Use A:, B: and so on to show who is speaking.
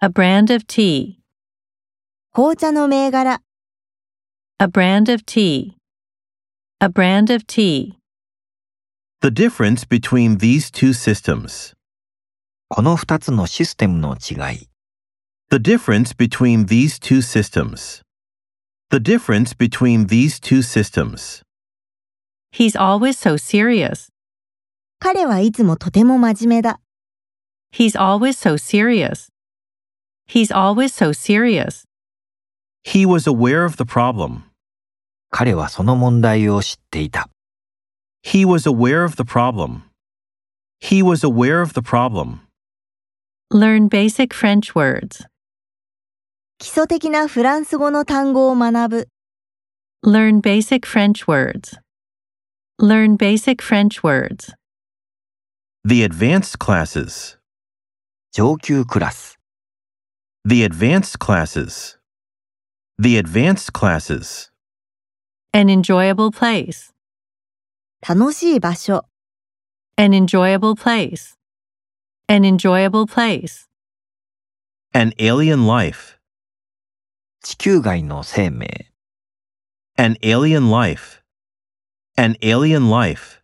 A: A brand of tea.
B: 紅茶の銘柄、
A: A brand of tea. A brand of tea.
C: The difference between these two systems.
D: この2つのシステムの違い。
C: The difference between these two systems. The difference between these two systems.
A: He's always so serious.
B: 彼はいつもとても真面目だ。
A: He's always so serious. He's always so serious.
C: He was aware of the problem.
D: 彼はその問題を知っていた。
C: He was aware of the problem. He was aware of the problem.
A: Learn basic French words.
B: 基礎的なフランス語の単語を学ぶ。
A: Learn basic French words. Learn basic French words.
C: The advanced classes.
D: 上級クラス。
C: The advanced classes. The advanced classes.
A: An enjoyable place.
B: 楽しい場所。
A: An enjoyable place. An enjoyable place.
C: An alien life.
D: 地球外の生命。
C: An alien life. An alien life.